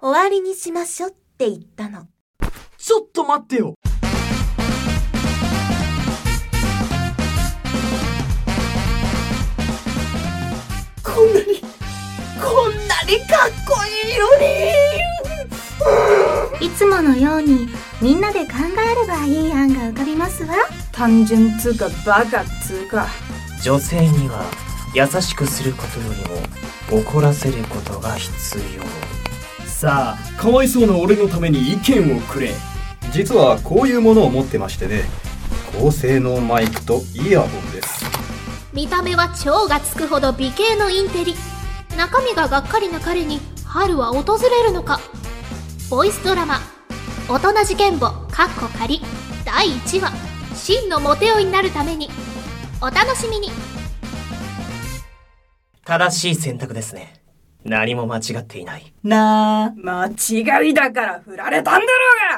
終わりにしましょうって言ったの。ちょっと待ってよこんなにこんなにかっこいいのにいつものようにみんなで考えればいい案が浮かびますわ。単純つうかバカつうか女性には優しくすることよりも怒らせることが必さあかわいそうな俺のために意見をくれ実はこういうものを持ってましてね高性能マイクとイヤホンです見た目は超がつくほど美形のインテリ中身ががっかりな彼に春は訪れるのかボイスドラマ「大人事件簿」かっこ仮第1話真のモテ男になるためにお楽しみに正しい選択ですね何も間違っていないなあ間違いだから振られたんだろうが